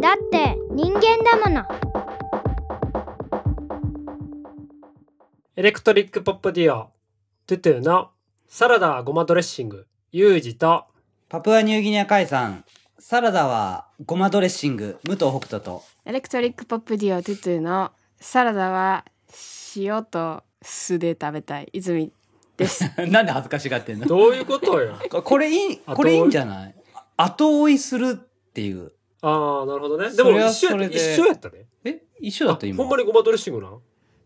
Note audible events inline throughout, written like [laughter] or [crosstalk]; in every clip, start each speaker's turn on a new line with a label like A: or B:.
A: だって人間だもの
B: エレクトリックポップディオトゥトゥのサラダはごまドレッシングユージと
C: パプアニューギニア海産、サラダはごまドレッシング、武藤北斗と、
D: エレクトリックポップディオトゥトゥのサラダは塩と酢で食べたい泉
C: [laughs]
D: です。
C: [laughs] なんで恥ずかしがってんの
B: どういうこと
C: [laughs]
B: よ
C: ここれいい、これいいんじゃない後追いするっていう。
B: ああなるほどねで
C: そ
B: も
C: れは
B: 一緒
C: そ
B: や
C: れ
B: った
C: で
B: 一緒やったね
C: え一緒だった
B: あ
C: 今。
B: ほんまにごまドレッシングなん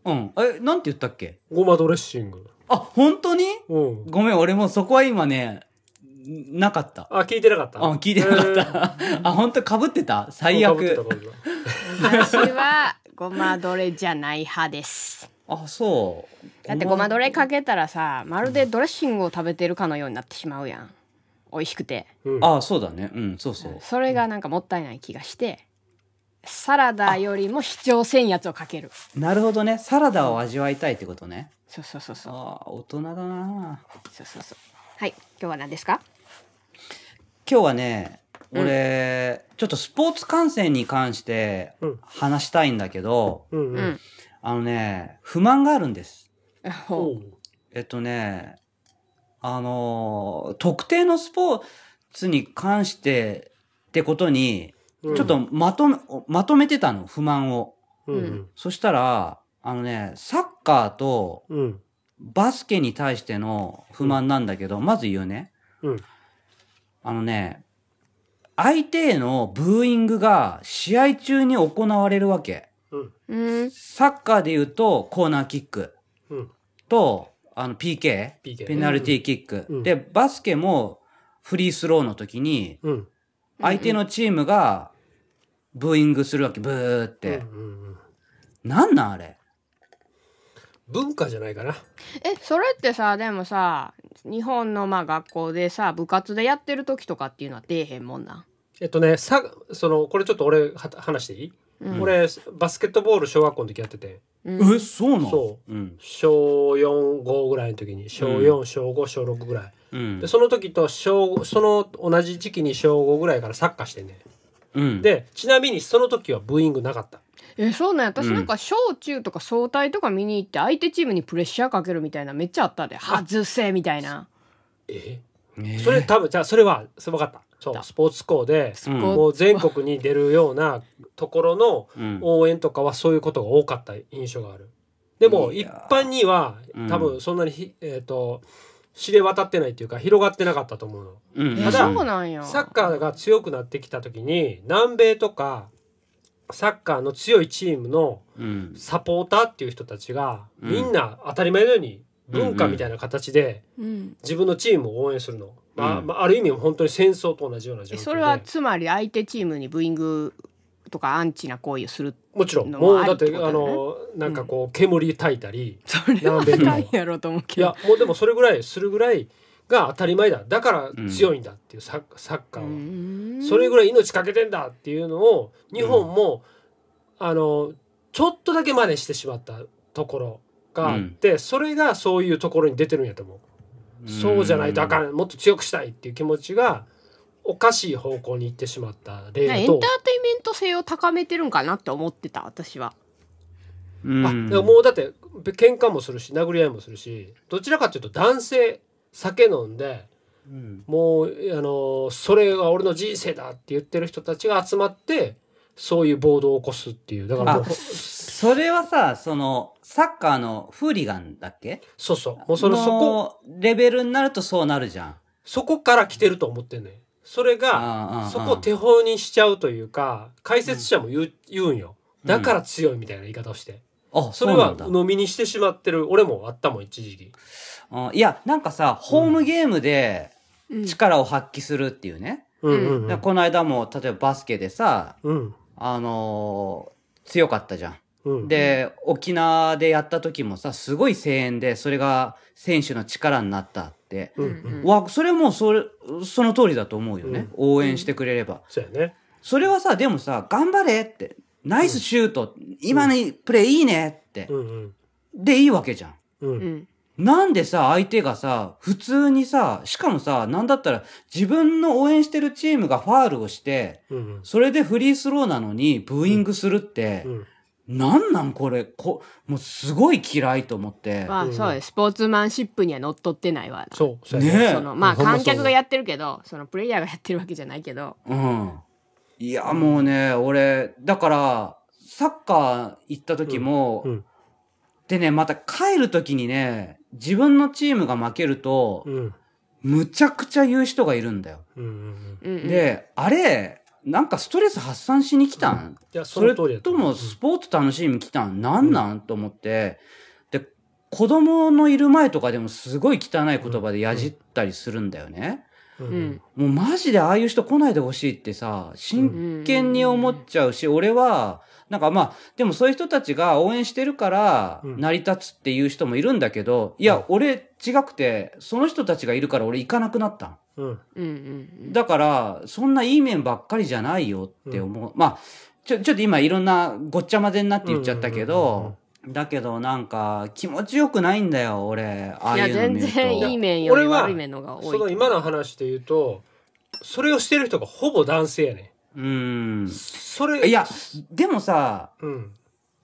C: うん。え、なんて言ったっけ
B: ごまドレッシング
C: あ、本当に
B: うん
C: ごめん、俺もうそこは今ね、んなかった。
B: あ聞いてなかった
C: あ、聞いてなかっ
B: えー
C: た。あ、本当被ってた [laughs] 最
B: 被ってた
C: 悪。
B: 被ってた
D: 私はごまどれじゃない派です。
C: あ、そう。
D: だってごまどれかけたらさまるでドレッシングを食べてるかのようになってしまうやん美味しくて
B: うん
C: あ、そうだね。うん、そうそう。
D: それがなんかもったいない気がしてサラダよりも主張せんやつをかける
C: なるほどね。サラダを味わいたいってことね。
D: そうそうそうそう
C: ああ、大人だな。
D: そうそうそうはい今日は何ですか
C: 今日はね、俺、ちょっとスポーツ観戦に関して
B: うん
C: 話したいんだけど、
B: うんうん
C: あのね、不満があるんです。
B: お
D: ほ
B: う
C: えっとね、あのー特定のスポーツに関してってことに、
B: うん
C: ちょっとまとめ、まとめてたの、不満を。
B: うんうん
C: そしたら、あのね、サッカーと
B: うん
C: バスケに対しての不満なんだけど、まず言うね。
B: うん
C: あのね、相手へのブーイングが試合中に行われるわけ。
B: うん
D: ううん
C: サッカーで言うとコーナーキック
B: うん
C: と、あの PK、
B: PK
C: ペナルティーキック。
B: うん
C: で、バスケもフリースローの時に、
B: うん
C: 相手のチームがブーイングするわけ、ブー
B: うん
C: っ
B: う
C: て。
B: んうん
C: なんなんあれ
B: 文化じゃないかな
D: えそれってさでもさ日本のまあ学校でさ部活でやってる時とかっていうのは出えへんもんな
B: えっとねさそのこれちょっと俺は話していい、
D: うん
B: 俺バスケットボール小学校の時やってて
D: うん
C: え、そうなの。
B: そう
C: うん。
B: 小45ぐらいの時に小4、小5小6ぐらい
C: うん
B: で。その時と小5その同じ時期に小5ぐらいからサッカーしてんね
C: うん、
B: でちなみにその時はブーイングなかった
D: えそうなんや私
C: うん
D: なんか小中とか総体とか見に行って相手チームにプレッシャーかけるみたいなめっちゃあったで外せみたいな
B: え
C: ねえ
B: それ多分じゃあそれはそれ分かったそうスポーツ校で
C: うん
B: もう全国に出るようなところの
C: うん
B: 応援とかはそういうことが多かった印象があるでも
C: い
B: 一
C: やー
B: 般には
C: うん
B: 多分そんなにひ、えー、と知れ渡ってないっていうか広がってなかったと思うの
C: うん
D: え
B: ただ
D: そうなんや
B: サッカーが強くなってきた時に南米とかサッカーの強いチームの
C: うん
B: サポーターっていう人たちが
C: うん
B: みんな当たり前のように文化みたいな形で
D: うん
B: 自分のチームを応援するの、まあ
C: うん
B: まあ、ある意味本当に戦争と同じような状況
D: え
B: で
D: それはつまり相手チームにブーイングとかアンチな行為をする
B: もちろん
D: の
B: も
D: も
B: うだ
D: あり
B: っ
D: ってて
B: あ
D: ことだね
B: のなんかこう煙焚いたり、
D: それはあ
B: 南米の
D: かんやろと思う
B: い
D: け
B: や
D: ど
B: もうでもそれぐらいするぐらいが当たり前だだから強いんだっていうサッサッカーは。それぐ
D: らい
B: らい命かけてんだっていうのを日本も、あのちょっとだけ真似してしまったところがあって、それがそういうところに出てるんやと思う、そうじゃないとあかんもっと強くしたいっていう気持ちがおかしい方向に行ってしまった例
D: エン
B: だ
D: ター
B: と
D: テインメント性を高めてるんかなって思ってた私は
C: う
B: あ
C: ん。
B: だからもうだって喧嘩もするし殴り合いもするしどちらかというと男性酒飲んで
C: うん
B: もうあのそれが俺の人生だって言ってる人たちが集まってそういう暴動を起こすっていうだからもう
C: あそれはさ、その、サッカーのフーリガンだっけ
B: そうそう。もうそのそこ、
C: のレベルになるとそうなるじゃん。
B: そこから来てると思ってんねん。それが、
C: あ
B: そこを手法にしちゃうというか、解説者も言う,、言うんよ。だから強いみたいな言い方をして。
C: あ、
B: そ
C: そ
B: れ
C: うな
B: は
C: んだ。
B: 飲みにしてしまってる。俺もあったもん、一時期。
C: うんいや、なんかさ、ホームゲームで
D: うん
C: 力を発揮するっていうね。
B: うんんう
C: だから
B: ん
C: この間も、例えばバスケでさ、
B: うん。
C: あのー強かったじゃん。
B: うん。
C: で、沖縄でやった時もさ、すごい声援で、それが選手の力になったって。
B: うんう。
D: うんん
C: わ、それもそれ、その通りだと思うよね。応援してくれれば。
B: そうやね。
C: それはさ、でもさ、頑張れって、ナイスシュート、今のプレーいいねって
B: う、んうん。
C: でいいわけじゃん。
B: う。
D: うんん
C: なんでさ、相手がさ、普通にさ、しかもさ、なんだったら自分の応援してるチームがファールをして、
B: うんうん
C: それでフリースローなのにブーイングするって、
B: うん
C: なんなんこれ、こ、もうすごい嫌いと思って。
D: まあそうですスポーツマンシップにはのっとってないわ
B: そうそうや
C: ねえ
D: そのまあ
B: ほんまそう
D: 観客がやってるけどそのプレイヤーがやってるわけじゃないけど
C: うん。いや、もうね、俺、だから、サッカー行った時も、
B: うんうん
C: でね、また帰る時にね、自分のチームが負けると、
B: うん
C: むちゃくちゃ言う人がいるんだよ。
B: うんうん
D: うんうん
C: で、あれ、なんかストレス発散しに来たん、
B: いやそ
C: それ
B: の通りや
C: と
B: 思
C: も
B: う
C: スポーツ楽しみに来たんなんなん、と思って、で、子供のいる前とかでもすごい汚い言葉でやじったりするんだよね。
B: うん
D: う
B: うんん
C: もうマジでああいう人来ないでほしいってさ、真剣に思っちゃうし、俺は、なんかまあ、でもそういう人たちが応援してるから、
B: うん
C: 成り立つっていう人もいるんだけど、いや、俺違くて、その人たちがいるから俺行かなくなった。
B: うん
D: うんうん
C: だから、そんないい面ばっかりじゃないよって思う。まあ、ちょ、ちょっと今いろんなごっちゃ混ぜになって言っちゃったけど、だけどなんか気持ちよくないんだよ、俺。あ
D: い
C: あ
D: や
C: いうの
D: 全
C: 見ると。
D: 然いい面より
B: 俺は
D: 悪い面の方が多
B: そ
D: い
B: の今の話で言うとそれをしてる人がほぼ男性やね
C: うん
B: ん。それ
C: いや、でもさ、
B: うん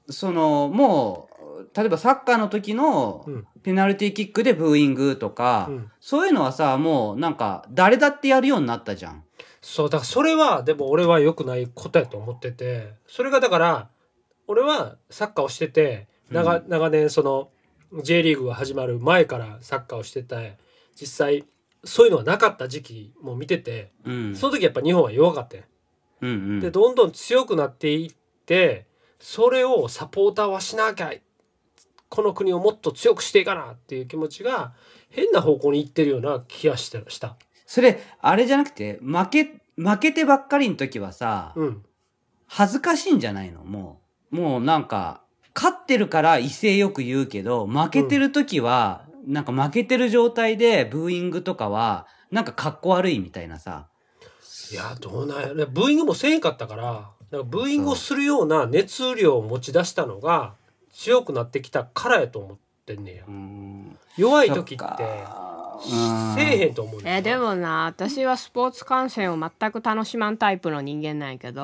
C: そのもう例えばサッカーの時の
B: うん
C: ペナルティーキックでブーイングとか、
B: うん
C: そういうのはさもうなんか誰だってやるようになったじゃん。
B: そうだからそれはでも俺は良くないことやと思っててそれがだから俺はサッカーをしてて長,、
C: う
B: 長年その J リーグが始まる前からサッカーをしてて実際そういうのはなかった時期も見てて
C: うん
B: その時やっぱ日本は弱かったよ
C: うんうん
B: でどんどん強くなっていってそれをサポーターはしなきゃこの国をもっと強くしていかなっていう気持ちが変な方向に行ってるような気がしてした。
C: それあれじゃなくて負け負けてばっかりの時はさ、
B: うん、
C: 恥ずかしいんじゃないのもうもうなんか勝ってるから威勢よく言うけど負けてる時は、なんか負けてる状態でブーイングとかはなんかかっこ悪いみたいなさ。
B: いやどうなんやろいやブーイングもせえへんかったからなんかブーイングをするような熱量を持ち出したのが強くなってきたからやと思ってんねや
C: うん
B: 弱い時って
C: そっかうん
B: せえへんと思うねん
D: えーでもな私はスポーツ観戦を全く楽しまんタイプの人間なんやけど、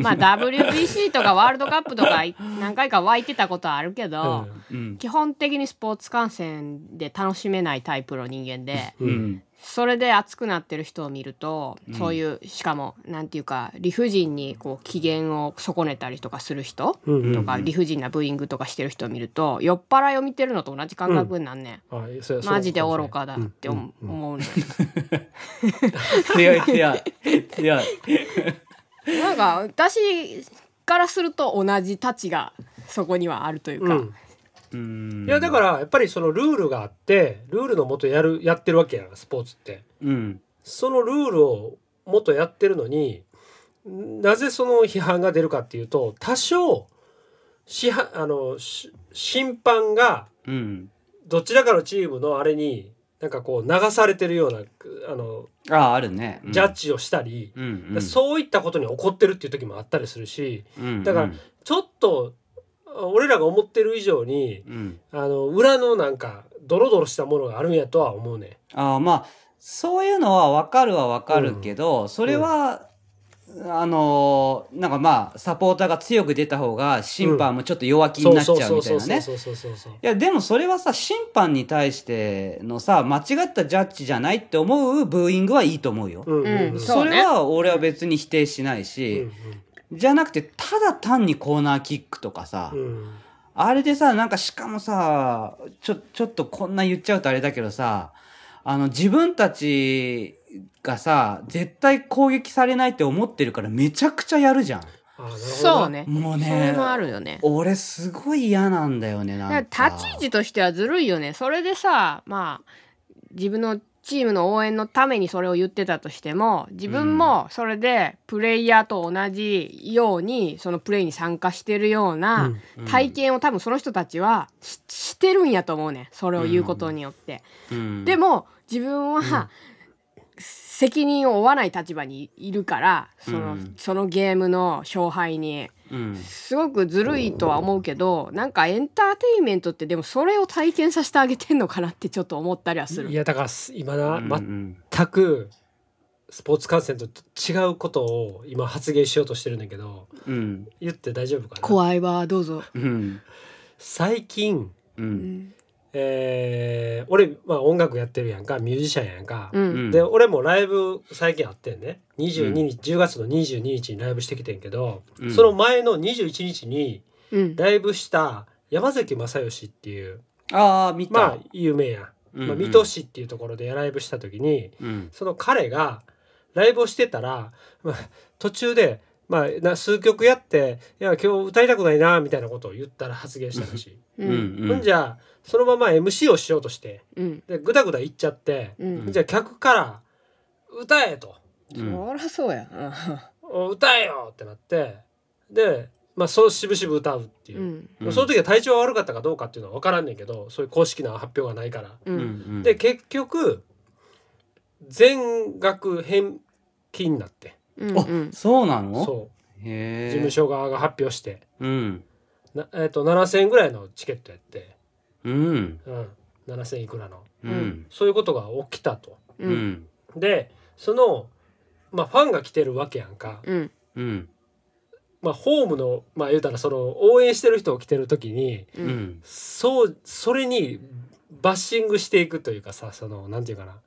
D: まあ、まあ WBC とかワールドカップとかい [laughs] 何回か湧いてたことはあるけど、
C: うん
D: 基本的にスポーツ観戦で楽しめないタイプの人間で
B: うん
C: うん
D: それで熱くなってる人を見ると、そういうしかもなんていうか理不尽にこう機嫌を損ねたりとかする人
B: うんうん
D: とか、理不尽なブーイングとかしてる人を見ると酔っ払いを見てるのと同じ感覚になんねん。
B: あいやそれそう
D: マジで愚かだって思う,、思うね
C: 強い強い強い。
D: なんか私からすると同じたちがそこにはあるという
B: う
D: か、
B: ん
C: うん
B: いやだからやっぱりそのルールがあってルールのもとやるやってるわけやんスポーツって
C: うん
B: そのルールをもとやってるのになぜその批判が出るかっていうと多少しはあのし審判が
C: うん。
B: どちらかのチームのあれになんかこう流されてるようなあの
C: あああるね。うん
B: ジャッ。ジをしたり、
C: うんうん。
B: そういったことに怒ってるっていう時もあったりするし
C: うん
B: だからちょっと俺らが思ってる以上に
C: うん。
B: あの裏のなんかドロドロしたものがあるんやとは思うね
C: ああまあそういうのはわかるはわかるけど、それは。あのーなんかまあサポーターが強く出た方が審判もちょっと弱気になっちゃうみたいなね
B: そうそうそうそうそうそう
C: いやでもそれはさ審判に対してのさ間違ったジャッジじゃないって思うブーイングはいいと思うよ、
B: そううんうん
D: う
B: うんん
D: そ
C: そ
D: う
C: れは俺は別に否定しないし、じゃなくて、ただ単にコーナーキックとかさ、
B: うんうん
C: あれでさ、なんかしかもさ、ちょ、ちょっとこんな言っちゃうとあれだけどさ、あの、自分たちがさ、絶対攻撃されないって思ってるからめちゃくちゃやるじゃん。
B: あなるほどな
D: そうね
C: もうね
D: それもあるよね
C: 俺すごい嫌なんだよね、な
D: だ
C: ん
D: か
C: か。
D: ら立ち位置としてはずるいよねそれでさまあ自分のチームの応援のためにそれを言ってたとしても自分もそれでプレイヤーと同じようにそのプレイに参加してるような
C: うん
D: 体験を多分その人たちはししてるんやと思うねそれを言うことによって。
C: うん
D: でも自分は、責任を負わない立場にいるからその,、
C: うん
D: そのゲームの勝敗に
C: うん
D: すごくずるいとは思うけどなんかエンターテインメントってでもそれを体験させてあげてんのかなってちょっと思ったりはする。
B: いやだからす今な、
C: うんうん
B: 全くスポーツ観戦と違うことを今発言しようとしてるんだけど
C: うん
B: 言って大丈夫かな
D: 怖いわどうぞ、
C: うん
B: 最近、
C: う
D: うんん
B: えー俺、まあ、音楽やってるやんかミュージシャンやんか、
D: うん
B: で俺もライブ最近あってんね22日、10月の22日にライブしてきてんけど、
C: うん
B: その前の21日に
D: うん
B: ライブした山崎正義っていう
C: ああ見た、
B: まあ有名やん、
C: うん
B: まあ、水戸市っていうところでライブした時に
C: うん
B: その彼がライブをしてたら、まあ、途中で、まあ、な数曲やって「いや今日歌いたくないな」みたいなことを言ったら発言したらしい。
C: う
D: う
C: ん
D: ん
C: うん
B: ほんじゃそのまま MC をしようとして
D: うん
B: でグダグダ言っちゃって、
D: うん
B: じゃあ客から「歌え」と
C: うん
D: そりゃそうや
B: 「
D: う
B: お歌えよ」ってなってで、まあ、そうしぶしぶ歌うっていう。
D: ん
C: うん
B: その時は体調が悪かったかどうかっていうのは分からんねんけどそういう公式な発表がないから。
D: う
C: うん
D: ん
C: うん
B: で結局全額返金になって
D: うん
C: あ
D: うん
C: そうなの
B: そう
C: へえ
B: 事務所側が発表して、
C: うん
B: なえー、と7,000円ぐらいのチケットやって、
C: うん
B: うん、7,000いくらの
C: うん
B: そういうことが起きたと。
D: う
C: うんん
B: でその、まあ、ファンが来てるわけやんか、
D: うん
C: うん
B: まあ、ホームの、まあ、言うたらその応援してる人を来てる時に
D: う
C: うんん
B: そうそれにバッシングしていくというかさそのなんていうかな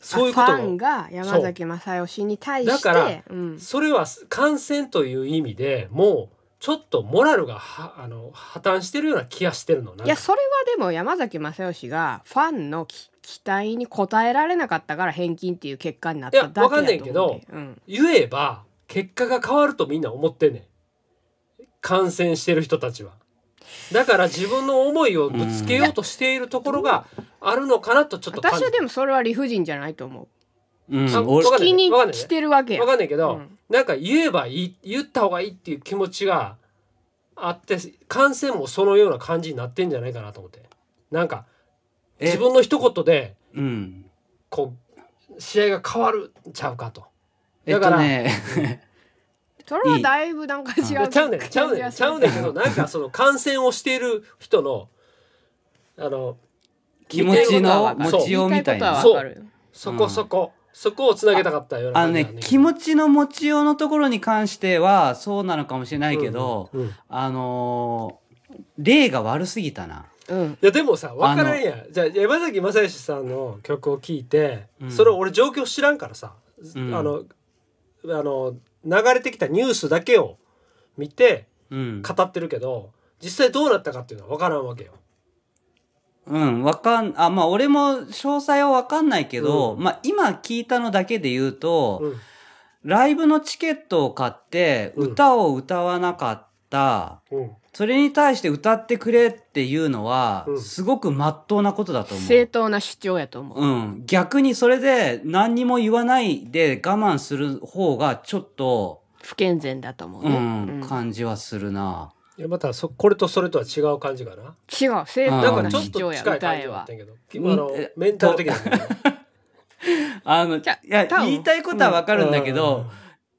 B: そういうこ
D: フ
B: と
D: ァン
B: を
D: が山崎正義に対して
B: だから
D: うん
B: それは感染という意味でもうちょっとモラルがはあの破綻してるような気がしてるのなんか
D: いやそれはでも山崎正義がファンのき期待に応えられなかったから返金っていう結果になっただけやと
B: いや
D: 思う
B: わかんないけど
D: うん
B: 言えば結果が変わるとみんな思ってんねん感染してる人たちはだから自分の思いをぶつけようとしているところがあるのかなとちょっと
D: 私はで
B: も
D: もそれは理不尽じゃないと思
C: うん
B: あ
C: 俺
B: わかるんない
D: う気に
B: わかんない
D: してるわけや
B: 分かんないけど、
D: うん
B: なんか言えばいい言った方がいいっていう気持ちがあって感染もそのような感じになってんじゃないかなと思ってなんか
C: え
B: 自分の一言で
C: うん
B: こう試合が変わるんちゃうかと。
C: え
B: だ
C: っ
B: か
C: と
B: ら、
C: ね
D: それはだいぶなんか違
B: いうやちゃうねんちゃうねん
D: 感じ
B: ち
D: [laughs]
B: ゃうねん
D: がす
B: けど
D: る
B: なんかその感染をしている人のあの
C: 気持
B: 見て
C: ちの
B: ることは分かる
C: 持ちようみたい
D: 言い
C: な
D: たいことはわかるよ
B: そこそこ、そこをつなげたかったような
C: [laughs] あの
B: 感じ
C: ね
B: なんだけど
C: 気持ちの持ちようのところに関してはそうなのかもしれないけど、
B: うんうんい
C: あのー例が悪すぎたな
D: うん
B: やでもさ分からんやんじゃあ山崎正義さんの曲を聴いて、
C: うん
B: それ俺状況知らんからさ、
C: うん
B: あのあの流れてきたニュースだけを見て
C: うん、
B: 語ってるけど実際どうなったかっていうのは分からんわけよ。
C: うん、わかんあまあ俺も詳細はわかんないけど、
B: う
C: まあ今聞いたのだけで言うと、
B: うん
C: ライブのチケットを買って
B: うん
C: 歌を歌わなかった、
B: うん
C: それに対して歌ってくれっていうのは、
B: うん
C: すごく真っ当なことだと思う。
D: 正当な主張やと思う
C: うん。逆にそれで何にも言わないで我慢する方がちょっと、
D: 不健全だと思う
C: う
D: ね
C: ん、
D: うん
C: 感じはするな。
B: いやまたそこれとそれとは違う感じかな。
D: 違う正
C: うん
D: 当
B: なんか
D: な
B: ちょっ
D: 主張
B: と
D: や
B: 近い
D: 歌
B: 感
D: え
B: じはあっ
D: は
B: たんやけど、今あの
C: うんえ
B: メンタル的なんだけど
C: あの、い
D: じゃ
C: や、
D: 多分
C: 言いたいことはわかるんだけ
B: うん
C: ど、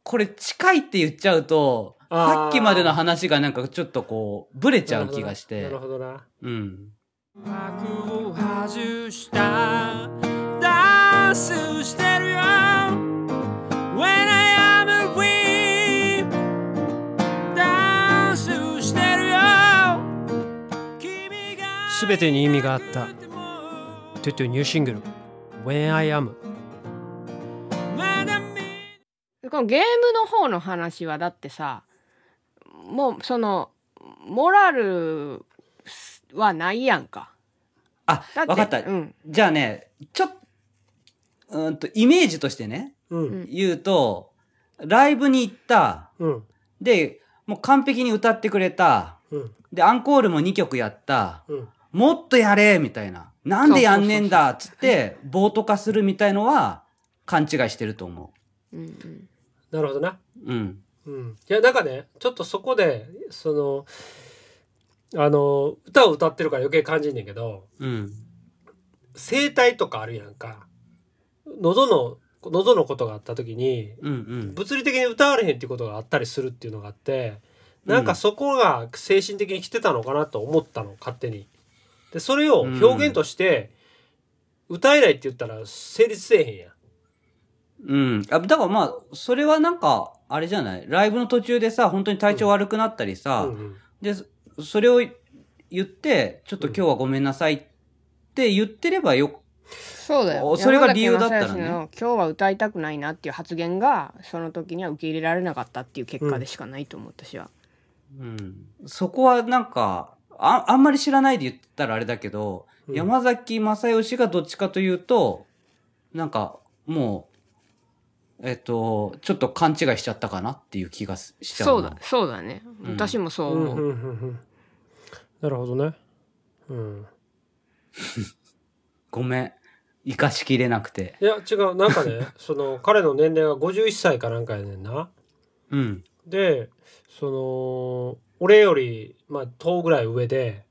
C: これ近いって言っちゃうと、
B: あー
C: さっきまでの話がなんかちょっとこう、ブレちゃう気がして
B: なる。ほどな。
C: うん。
E: 幕を外したダンスしてるよ When I am a w e ダンスしてるよ
B: すべてに意味があったトゥトゥニューシングル「When I Am
E: まだ見
D: このゲームの方の話はだってさもうそのモラルはないやんか。
C: あ
D: だ、て
C: わかった。
D: うん
C: じゃあね、ちょっ、うーんと、イメージとしてね、」
B: うんん
C: 言うと、ライブに行った、
B: うん
C: で、もう完璧に歌ってくれた、
B: うん
C: で、アンコールも2曲やった、
B: うん
C: もっとやれみたいな。なんでやんねえんだっつって、暴徒化するみたいのは、勘違いしてると思
D: うん
B: なるほどな。
C: う。うん。
B: うん、いやなんかねちょっとそこでそのあの歌を歌ってるから余計感じんねんけど
C: うん。
B: 声帯とかあるやんか喉の喉のことがあった時に
C: うんうん。
B: 物理的に歌われへんっていうことがあったりするっていうのがあってなんかそこが精神的に来てたのかなと思ったの勝手に。でそれを表現として歌えないって言ったら成立せえへんやん。
C: うん。あだからまあ、それはなんか、あれじゃないライブの途中でさ、本当に体調悪くなったりさ、
B: うんうん
C: で、そそれを言って、ちょっと今日はごめんなさいって言ってればよ、
D: そうだよ
C: おそれが理由だったらね
D: 山崎正義の今日は歌いたくないなっていう発言がその時には受け入れられなかったっていう結果でしかないと思う私は、
C: うん、そこはなんか、ああんまり知らないで言ったらあれだけど、
B: うん
C: 山崎正義がどっちかというと、なんか、もう、えっと、ちょっと勘違いしちゃったかなっていう気がししちゃう
D: そう
C: な
D: だそうだね、
C: うん
D: 私もそう
B: うんう
D: 思う、
B: んうんうんなるほどね。うん
C: ごめん。生かしきれなくて。
B: いや違うなんか
C: [laughs]
B: ねその彼の年齢が51歳かなんかやねんな。
C: うん。
B: でその俺より、まあ、10ぐらい上で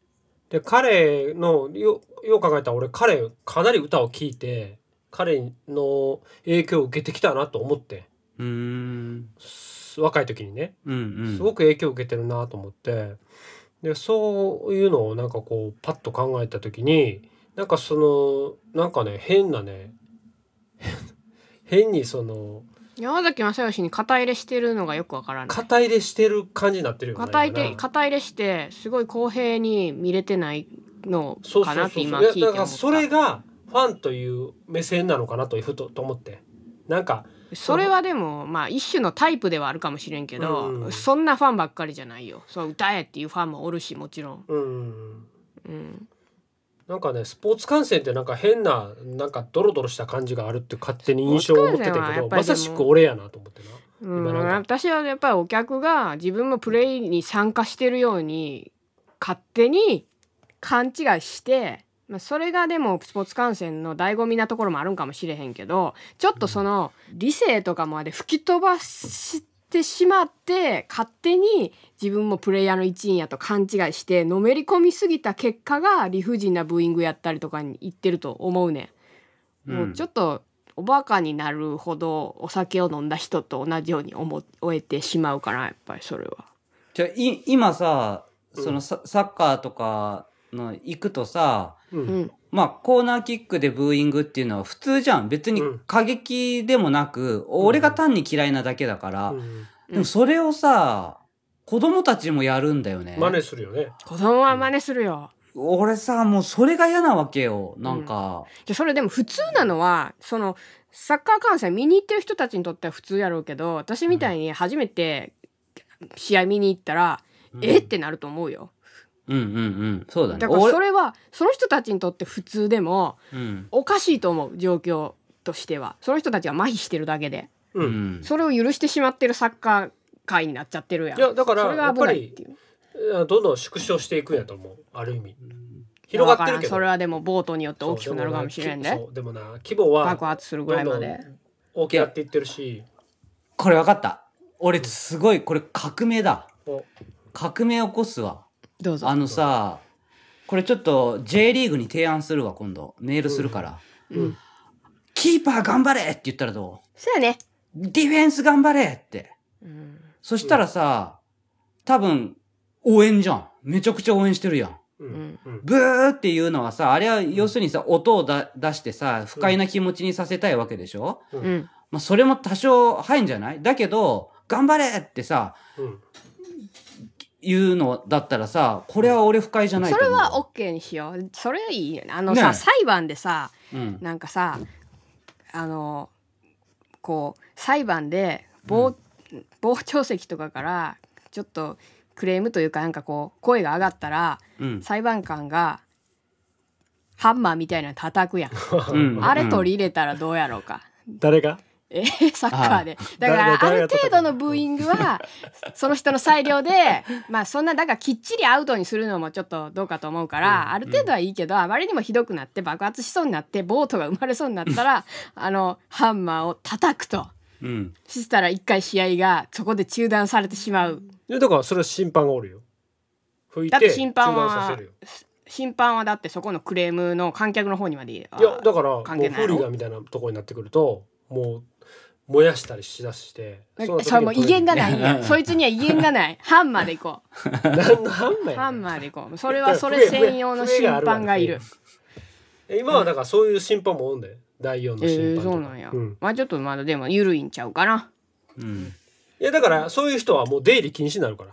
B: で彼のよよう考えたら俺彼かなり歌を聴いて彼の影響を受けてきたなと思って
C: うーん。
B: す若い時にね
C: うんうん。
B: すごく影響を受けてるなと思ってでそういうのをなんかこうパッと考えた時になんかそのなんかね変なね [laughs] 変にその
D: 山崎正義に肩入れしてるのがよくわからない
B: 肩入れしてる感じになってるよね。
D: 肩入
B: 今
D: れ
B: な
D: 肩入れしてすごい公平に見れてないの
B: そうそ
D: か
B: うそ
D: な
B: う
D: って
B: そう
D: 今
B: い
D: 聞い
B: や
D: て思
B: だ
D: っ
B: か
D: た
B: らそれがファンという目線なのかなというふとと思ってなんか
D: それはでもまあ一種のタイプではあるかもしれんけど、
B: うん
D: そんなファンばっかりじゃないよそう歌えっていうファンもおるしもちろん、
B: うん
D: うん、
B: なんかねスポーツ観戦ってなんか変ななんかドロドロした感じがあるって勝手に印象を持ってた
D: スポーツ観戦は
B: け
D: や
B: ど
D: っ
B: ま
D: ぱりでも
B: さしく俺やなと思ってな。
D: うん
B: 今なんか
D: 私はやっぱりお客が自分もプレイに参加してるように勝手に勘違いして、まあ、それがでもスポーツ観戦の醍醐味なところもあるんかもしれへんけどちょっとその理性とかまで吹き飛ばしてしまって勝手に自分もプレイヤーの一員やと勘違いしてのめり込みすぎた結果が理不尽なブーイングやったりとかにいってると思うねん。もうちょっとおバカになるほどお酒を飲んだ人と同じように思終えてしまうからやっぱりそれは。
C: じゃあい今さ、
B: うん
C: そのササッカーとかの行くとさ、
B: う
D: うんん、
C: まあコーナーキックでブーイングっていうのは普通じゃん。別に
B: うん
C: 過激でもなく、俺が単に嫌いなだけだから、
B: うん
C: でもそれをさ、子供たちもやるんだよね。
B: 真似するよね。
D: 子供は真似するよ。
C: 俺さ、もうそれが嫌なわけよ。なんか、
D: じゃあそれでも普通なのはそのサッカー観戦見に行ってる人たちにとっては普通やろうけど私みたいに初めて試合見に行ったら、
C: うん
D: えってなると思うよ。
C: うんうんうん。そうだね。
D: だからそ
C: れ、
D: れはその人たちにとって普通でも
C: うん。
D: おかしいと思う状況としてはその人たちは麻痺してるだけで。
B: う
C: うんん。
D: それを許してしまってるサッカー界になっちゃってるやん。
B: いやだから
D: それが危ないっていう。
B: どんどん縮小していくんやと思うある意味広がってるけ
D: だから
B: ど
D: それはでもボートによって
B: そう
D: 大きくなるかもしれんで、
B: そうでもな規模は
D: 爆発するぐらいまで。
B: 大きくなっていってるし
C: これわかった。俺すごい、これ革命だ。
B: お
C: 革命起こすわ。
D: どうぞ。
C: あのさ、これちょっと J リーグに提案するわ、今度。メールするから。
D: うん
C: キーパー頑張れって言ったらど
D: そうやね。
C: うディフェンス頑張れって。
D: うん。
C: そしたらさ、多分、応援じゃん。めちゃくちゃ応援してるやん。
B: うん
D: ん
B: うん
C: ブーっていうのはさ、あれは要するにさ、音をだ出してさ、不快な気持ちにさせたいわけでしょ、
D: うん。
C: まあ、それも多少入んじゃないだけど、頑張れってさ、
B: うん
C: 言うのだったらさ、これは俺不快じゃない
D: そ
C: と思
D: れ
C: う。
D: はオッケーにしよう。それはいいよね。あのさ、
C: ねえ
D: 裁判でさ、
C: うん。
D: なんかさ、あの、こう、裁判で傍、傍聴席とかから、ちょっとクレームというか、なんかこう、声が上がったら、
C: うん。
D: 裁判官がハンマーみたいなの叩くやん、
C: うん
D: あれ取り入れたらどうやろうか
B: [laughs] 誰が
D: え [laughs] サッカーでだ
B: 誰が
D: からあ
B: 誰
D: る
B: が叩く
D: 程度のブーイングはその人の裁量で [laughs] まあそんなだからきっちりアウトにするのもちょっとどうかと思うから、ある程度はいいけどあまりにもひどくなって爆発しそうになってボートが生まれそうになったらあのハンマーを叩くと
C: うん。
D: そしたら一回試合がそこで中断されてしまう
B: いやだからそれは審判がおるよ拭い
D: だって
B: て
D: 審
B: 中
D: 判
B: 断さ
D: は
B: せるよ
D: 審判はだってそこのクレームの観客の方にまで
B: いやだからもう
D: 関
B: フ
D: 係ない
B: ー
D: の
B: リガンみたいなとこになってくるともう燃やしたりしだして
D: なんかそれもう威厳
B: [laughs]
D: がないん
C: うん
D: や。そいつには威厳がない。ハンマーで行こ
B: 何のハンマー
D: う。
B: や
D: ハンマーで行こう。それはそれ専用の審判がいる。
B: え今はだからそういう審判もおんで第4の
D: え
B: 審判と
D: ー、
B: か
D: そうなんや。
B: うん
D: まあちょっとまだでも緩いんちゃうかな。
C: うん。
B: いやだからそういう人はもう出入り禁止になるから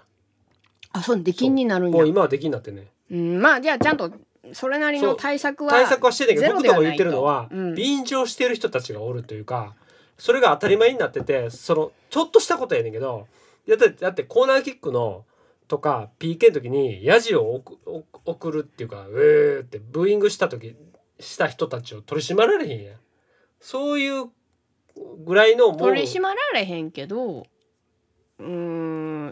D: あ、そう、出禁になるん
B: も
D: や
B: う。今はできになってね
D: うん、まあじゃあちゃんとそれなりの対策は
B: 対策はしてんだけ
D: ゼ
B: ど
D: ロ
B: 僕
D: で
B: と
D: は
B: か
D: な
B: 言
D: い
B: ってるのは、
D: うん
B: 便乗してる人たちがおるというかそれが当たり前になっててそのちょっとしたことやねんけどだってだってコーナーキックのとか PK の時にヤジを送送送るっていうか「うえー」ってブーイングした時した人たちを取り締まられへんやんそういうぐらいのもう
D: 取り締まられへんけどうー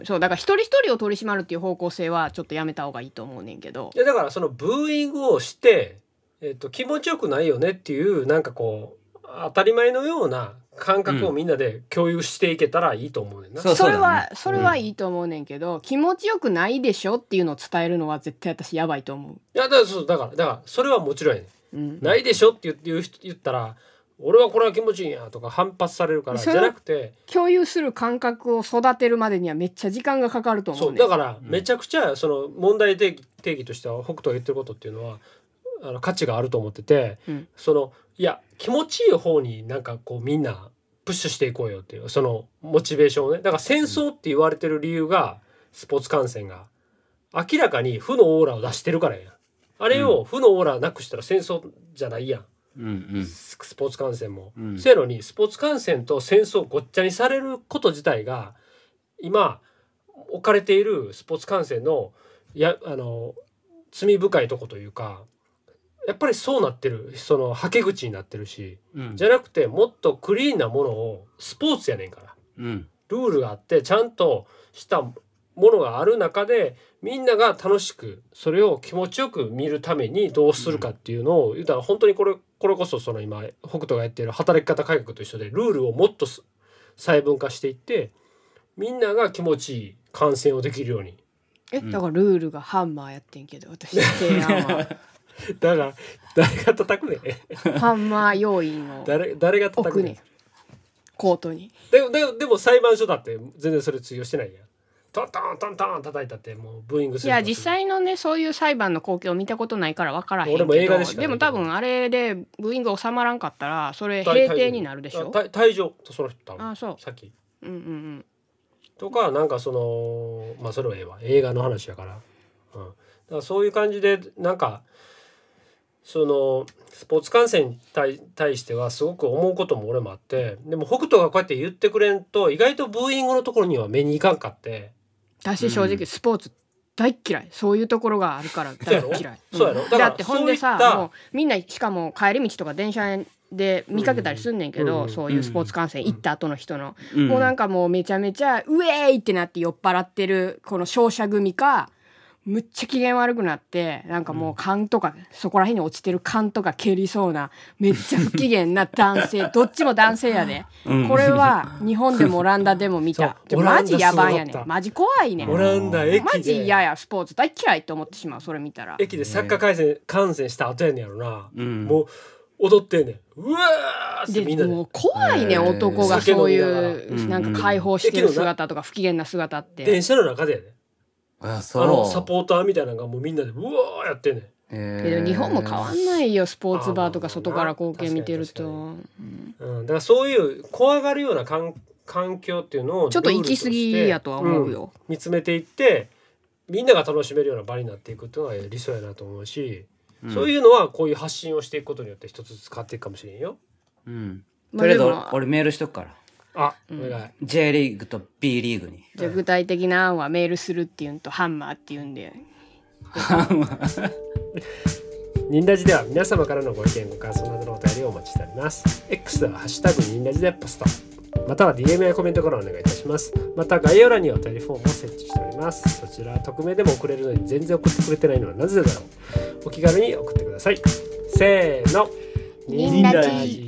D: んそうだから一人一人を取り締まるっていう方向性はちょっとやめた方がいいと思うねんけど
B: でだからそのブーイングをして、えっと気持ちよくないよねっていうなんかこう当たり前のような感覚をみんなで共有していけたらいいと思うねんな。
C: そう
D: それ
C: だ
D: は
C: ね
D: それはいいと思うねんけど、気持ちよくないでしょっていうのを伝えるのは絶対私やばいと
B: い
D: 思
B: やだからそうだからだからそれはもちろんやね
D: う、うん
B: ん、ないでしょって言って言う人言ったら俺はこれは気持ちいいんやとか反発されるから
D: そ
B: じ
D: れ
B: ゃなくて
D: 共有する感覚を育てるまでにはめっちゃ時間がかかると思
B: そうう
D: ねん
B: だからめちゃくちゃその問題定義定義としては北斗が言ってることっていうのはあの価値があると思ってて、
D: うん
B: そのいや気持ちいい方になんかこうみんなプッシュしていこうよっていうそのモチベーションをねだから戦争って言われてる理由がスポーツ観戦が明らかに負のオーラを出してるからやんあれを負のオーラなくしたら戦争じゃないやん
C: うんうん。
B: ススポーツ観戦も。
C: うん
B: せやのにスポーツ観戦と戦争をごっちゃにされること自体が今置かれているスポーツ観戦のやあの罪深いとこというかやっぱりそうなってるそのはけ口になってるし
C: うん
B: じゃなくてもっとクリーンなものをスポーツやねんから
C: うん。
B: ルールがあってちゃんとしたものがある中でみんなが楽しくそれを気持ちよく見るためにどうするかっていうのを、言うたら本当にこれこれこそその今北斗がやっている働き方改革と一緒でルールをもっとす細分化していってみんなが気持ちいい観戦をできるように
D: えだからルールがハンマーやってんけど私の提案
B: だ
D: は
B: から誰が叩くねん
D: ハンマー要員を
B: 誰誰が叩
D: 置
B: く
D: く
B: ね
D: ね
B: ん
D: んコートに
B: でもでもでも裁判所だって全然それ通用してないやんトントントントン叩いたってもうブーイングす
D: い
B: る
D: や
B: 人
D: 実際のねそういう裁判の光景を見たことないから分からへんけど
B: 俺も映画でしか見た
D: も多分あれでブーイング収まらんかったらそれ
B: た退
D: 閉
B: 場
D: 廷になるでしょ
B: あ退退場その人多分
D: あそう
B: さっき
D: うんうんうん
B: とかなんかそのまあそれはええわ映画の話やから,、うん、だからそういう感じでなんかそのスポーツ観戦に対対してはすごく思うことも俺もあってでも北斗がこうやって言ってくれんと意外とブーイングのところには目にいかんかって、
D: 私正
C: うん
D: 直スポーツ大っ嫌いそういうところがあるから大っ嫌い
B: そうやろそ
D: ん
B: うやろだから
D: だってほんで
B: そういっ
D: さ
B: た
D: もうみんなしかも帰り道とか電車で見かけたりすんねんけ
B: うんう
D: ど、
B: ん
D: そういうスポーツ観戦行った後の人の、
C: うん
D: もうなんかもうめちゃめちゃ「ウェーイ!」ってなって酔っ払ってるこの勝者組かむっちゃ機嫌悪くなってなんかもう勘とか、そこら辺に落ちてる勘とか蹴りそうなめっちゃ不機嫌な男
B: [laughs]
D: 性どっちも男性やで、
C: うん
D: これは日本でもオランダでも見た
B: [laughs] そうオランダ
D: マジやばいや
B: すご
D: ね
B: かった
D: んマジ怖いねん
B: オランダ駅で
D: マジ嫌やスポーツ大嫌いと思ってしまうそれ見たら。
B: 駅でサッカー観戦観戦した後やねんやろな、
C: うん
B: もう踊ってんねんうわーって
D: で
B: みんなで
D: もう怖いね
C: へー
D: ん男がそうい
B: 酒
C: 飲み
D: う
C: ながら
D: なんか解放して
B: うん
D: る
B: うん
D: 姿とか不機嫌な姿って。
B: 電車の中でやね
C: あ、
B: あ
C: そう。
B: のサポーターみたいなのがもうみんなでうわーやってんねん
D: け
C: け
D: ど日本も変わんないよスポーツバーと
B: あ
D: か
B: ー
D: 外から光景見てると
B: 確
D: うん
B: うん、だからそういう怖がるような環環境っていうのを
D: ちょっと行き過ぎやとは思う
B: ルールとして、
D: よ
B: うん見つめていってみんなが楽しめるような場になっていくっていうのが理想やなと思うし、そういうのはこういう発信をしていくことによって一つずつ変わっていくかもしれんよ。
C: うん。
D: まあ
C: とりあえず
D: で
C: 俺
D: も
C: 俺メールしとくから。
B: あ、お願い。
C: J リーグと B リーグ
D: [laughs]
C: に。
D: じゃあ具体的な案はメールするっていうんとハンマーっていうんで
B: ニンラジでは皆様からのご意見ご感想などのお便りをお待ちしております X では「ハッシュタグニンラジ」でポストまたは DM やコメントからお願いいたしますまた概要欄にはお便りフォームを設置しておりますそちらは匿名でも送れるのに全然送ってくれてないのはなぜだろうお気軽に送ってくださいせーの
A: ニンラジ